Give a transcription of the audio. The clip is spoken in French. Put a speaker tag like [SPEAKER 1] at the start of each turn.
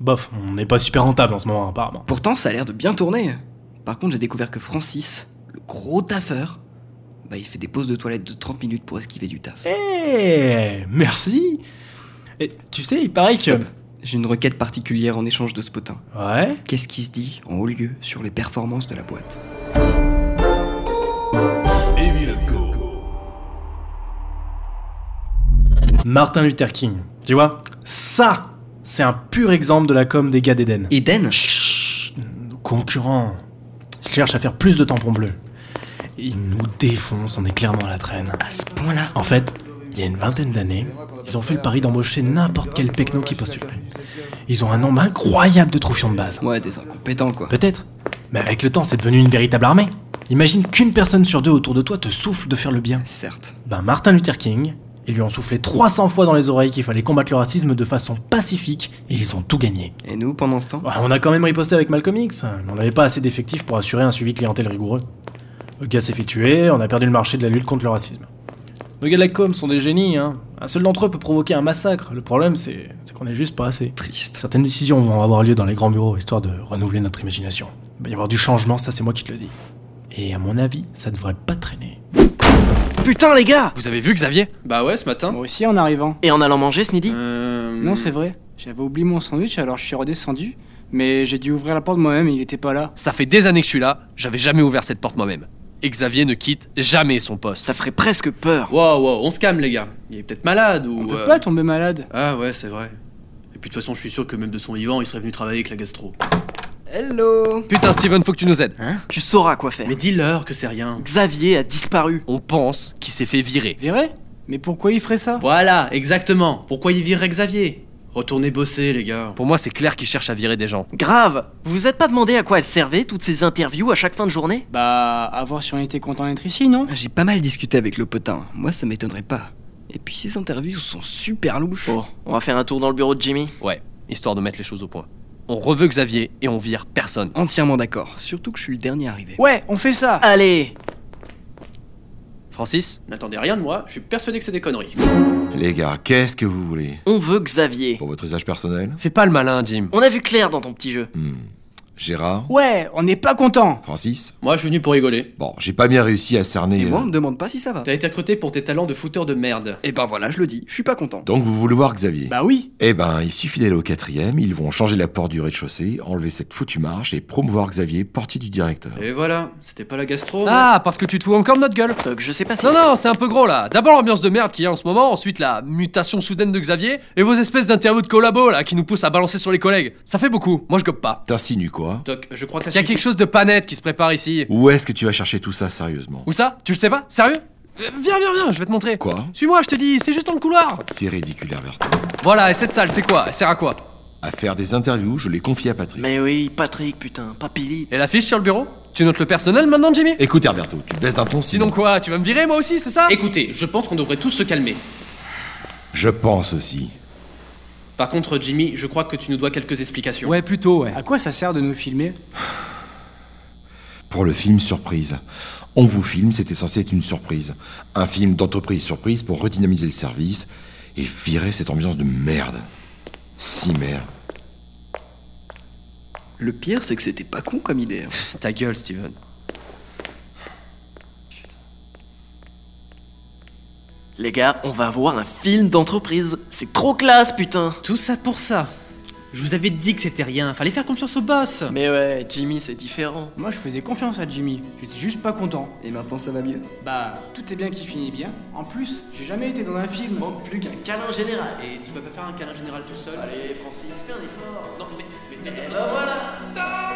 [SPEAKER 1] Bof, on n'est pas super rentable en ce moment, apparemment.
[SPEAKER 2] Pourtant, ça a l'air de bien tourner. Par contre, j'ai découvert que Francis, le gros taffeur, bah, il fait des pauses de toilette de 30 minutes pour esquiver du taf.
[SPEAKER 1] Eh, merci Et Tu sais, il paraît que...
[SPEAKER 2] Stop. J'ai une requête particulière en échange de ce potin.
[SPEAKER 1] Ouais
[SPEAKER 2] Qu'est-ce qui se dit en haut lieu sur les performances de la boîte
[SPEAKER 1] Martin Luther King. Tu vois Ça, c'est un pur exemple de la com des gars d'Eden.
[SPEAKER 2] Eden
[SPEAKER 1] Chut Concurrent Cherche à faire plus de tampons bleus. Ils nous défoncent, on est clairement à la traîne.
[SPEAKER 2] À ce point-là
[SPEAKER 1] En fait, il y a une vingtaine d'années, ils ont fait le pari d'embaucher n'importe quel pecno qui postulait. Ils ont un nombre incroyable de troufions de base.
[SPEAKER 2] Ouais, des incompétents quoi.
[SPEAKER 1] Peut-être. Mais avec le temps, c'est devenu une véritable armée. Imagine qu'une personne sur deux autour de toi te souffle de faire le bien.
[SPEAKER 2] Certes.
[SPEAKER 1] Ben Martin Luther King, ils lui ont soufflé 300 fois dans les oreilles qu'il fallait combattre le racisme de façon pacifique et ils ont tout gagné.
[SPEAKER 2] Et nous, pendant ce temps
[SPEAKER 1] Ouais, Bah, On a quand même riposté avec Malcolm X, mais on n'avait pas assez d'effectifs pour assurer un suivi clientèle rigoureux. Le gars s'est fait tuer, on a perdu le marché de la lutte contre le racisme. Nos gars de la com sont des génies, hein. Un seul d'entre eux peut provoquer un massacre. Le problème, c'est c'est qu'on est juste pas assez.
[SPEAKER 2] Triste.
[SPEAKER 1] Certaines décisions vont avoir lieu dans les grands bureaux, histoire de renouveler notre imagination. Il va y avoir du changement, ça c'est moi qui te le dis. Et à mon avis, ça devrait pas traîner.
[SPEAKER 2] Putain les gars
[SPEAKER 3] Vous avez vu Xavier
[SPEAKER 4] Bah ouais, ce matin.
[SPEAKER 5] Moi aussi en arrivant.
[SPEAKER 2] Et en allant manger ce midi
[SPEAKER 4] Euh,
[SPEAKER 5] Non, c'est vrai. J'avais oublié mon sandwich, alors je suis redescendu. Mais j'ai dû ouvrir la porte moi-même, il était pas là.
[SPEAKER 4] Ça fait des années que je suis là, j'avais jamais ouvert cette porte moi-même. Et Xavier ne quitte jamais son poste.
[SPEAKER 2] Ça ferait presque peur.
[SPEAKER 4] Wow, wow, on se calme les gars. Il est peut-être malade ou.
[SPEAKER 5] On peut
[SPEAKER 4] euh,
[SPEAKER 5] pas tomber malade.
[SPEAKER 4] Ah ouais, c'est vrai. Et puis de toute façon, je suis sûr que même de son vivant, il serait venu travailler avec la gastro.
[SPEAKER 2] Hello
[SPEAKER 4] Putain, Steven, faut que tu nous aides.
[SPEAKER 2] Tu sauras quoi faire.
[SPEAKER 4] Mais dis-leur que c'est rien.
[SPEAKER 2] Xavier a disparu.
[SPEAKER 4] On pense qu'il s'est fait virer.
[SPEAKER 5] Viré Mais pourquoi il ferait ça
[SPEAKER 4] Voilà, exactement. Pourquoi il virerait Xavier Retournez bosser, les gars. Pour moi, c'est clair qu'il cherche à virer des gens.
[SPEAKER 2] Grave Vous vous êtes pas demandé à quoi elle servait toutes ces interviews à chaque fin de journée
[SPEAKER 5] Bah, à voir si on était content d'être ici, non
[SPEAKER 2] J'ai pas mal discuté avec le potin, moi ça m'étonnerait pas. Et puis ces interviews sont super louches.
[SPEAKER 6] Bon, on va faire un tour dans le bureau de Jimmy.
[SPEAKER 4] Ouais, histoire de mettre les choses au point. On reveut Xavier et on vire personne.
[SPEAKER 2] Entièrement d'accord, surtout que je suis le dernier arrivé.
[SPEAKER 5] Ouais, on fait ça
[SPEAKER 6] Allez
[SPEAKER 4] Francis N'attendez rien de moi, je suis persuadé que c'est des conneries.
[SPEAKER 7] Les gars, qu'est-ce que vous voulez
[SPEAKER 6] On veut Xavier.
[SPEAKER 7] Pour votre usage personnel
[SPEAKER 4] Fais pas le malin, Jim.
[SPEAKER 6] On a vu clair dans ton petit jeu.
[SPEAKER 7] Hmm. Gérard
[SPEAKER 5] Ouais, on n'est pas content
[SPEAKER 7] Francis
[SPEAKER 4] Moi, je suis venu pour rigoler.
[SPEAKER 7] Bon, j'ai pas bien réussi à cerner.
[SPEAKER 2] Et moi on
[SPEAKER 7] euh,
[SPEAKER 2] me demande pas si ça va.
[SPEAKER 4] T'as été recruté pour tes talents de fouteur de merde.
[SPEAKER 2] Et ben voilà, je le dis, je suis pas content.
[SPEAKER 7] Donc vous voulez voir Xavier
[SPEAKER 5] Bah oui
[SPEAKER 7] Eh ben, ici fidèle au quatrième, ils vont changer la porte du rez-de-chaussée, enlever cette foutue marche et promouvoir Xavier, portier du directeur.
[SPEAKER 4] Et voilà, c'était pas la gastro.
[SPEAKER 3] Ah, parce que tu te fous encore de notre gueule
[SPEAKER 6] Toc, je sais pas si.
[SPEAKER 4] Non, non, c'est un peu gros là. D'abord l'ambiance de merde qu'il y a en ce moment, ensuite la mutation soudaine de Xavier, et vos espèces d'interviews de collabos là qui nous poussent à balancer sur les collègues. Ça fait beaucoup, moi je gobe pas.
[SPEAKER 7] T'insinues quoi
[SPEAKER 4] Toc, je crois que
[SPEAKER 3] Il y a quelque chose de pas net qui se prépare ici.
[SPEAKER 7] Où est-ce que tu vas chercher tout ça sérieusement
[SPEAKER 4] Où ça Tu le sais pas Sérieux Euh, Viens, viens, viens, je vais te montrer.
[SPEAKER 7] Quoi
[SPEAKER 4] Suis-moi, je te dis, c'est juste dans le couloir.
[SPEAKER 7] C'est ridicule, Herbert.
[SPEAKER 4] Voilà, et cette salle, c'est quoi Elle sert à quoi
[SPEAKER 7] À faire des interviews, je les confie à Patrick.
[SPEAKER 6] Mais oui, Patrick, putain, pas Pili.
[SPEAKER 4] Et l'affiche sur le bureau Tu notes le personnel maintenant, Jimmy
[SPEAKER 7] Écoute, Herberto, tu te baisses d'un ton sinon.
[SPEAKER 4] Sinon quoi Tu vas me virer moi aussi, c'est ça
[SPEAKER 3] Écoutez, je pense qu'on devrait tous se calmer.
[SPEAKER 7] Je pense aussi.
[SPEAKER 3] Par contre, Jimmy, je crois que tu nous dois quelques explications.
[SPEAKER 4] Ouais, plutôt, ouais.
[SPEAKER 5] À quoi ça sert de nous filmer
[SPEAKER 7] Pour le film Surprise. On vous filme, c'était censé être une surprise. Un film d'entreprise surprise pour redynamiser le service et virer cette ambiance de merde. Si merde.
[SPEAKER 2] Le pire c'est que c'était pas con comme idée. hein.
[SPEAKER 4] Ta gueule, Steven.
[SPEAKER 6] Les gars, on va voir un film d'entreprise. C'est trop classe, putain.
[SPEAKER 3] Tout ça pour ça. Je vous avais dit que c'était rien, fallait faire confiance au boss.
[SPEAKER 6] Mais ouais, Jimmy, c'est différent.
[SPEAKER 5] Moi, je faisais confiance à Jimmy. J'étais juste pas content.
[SPEAKER 2] Et maintenant ça va mieux.
[SPEAKER 5] Bah, tout est bien qui finit bien. En plus, j'ai jamais été dans un film.
[SPEAKER 6] Manque plus qu'un câlin général.
[SPEAKER 3] Et tu peux pas faire un câlin général tout seul
[SPEAKER 6] Allez, Francis, fais un effort.
[SPEAKER 3] Non, mais- mais
[SPEAKER 6] Et ben voilà.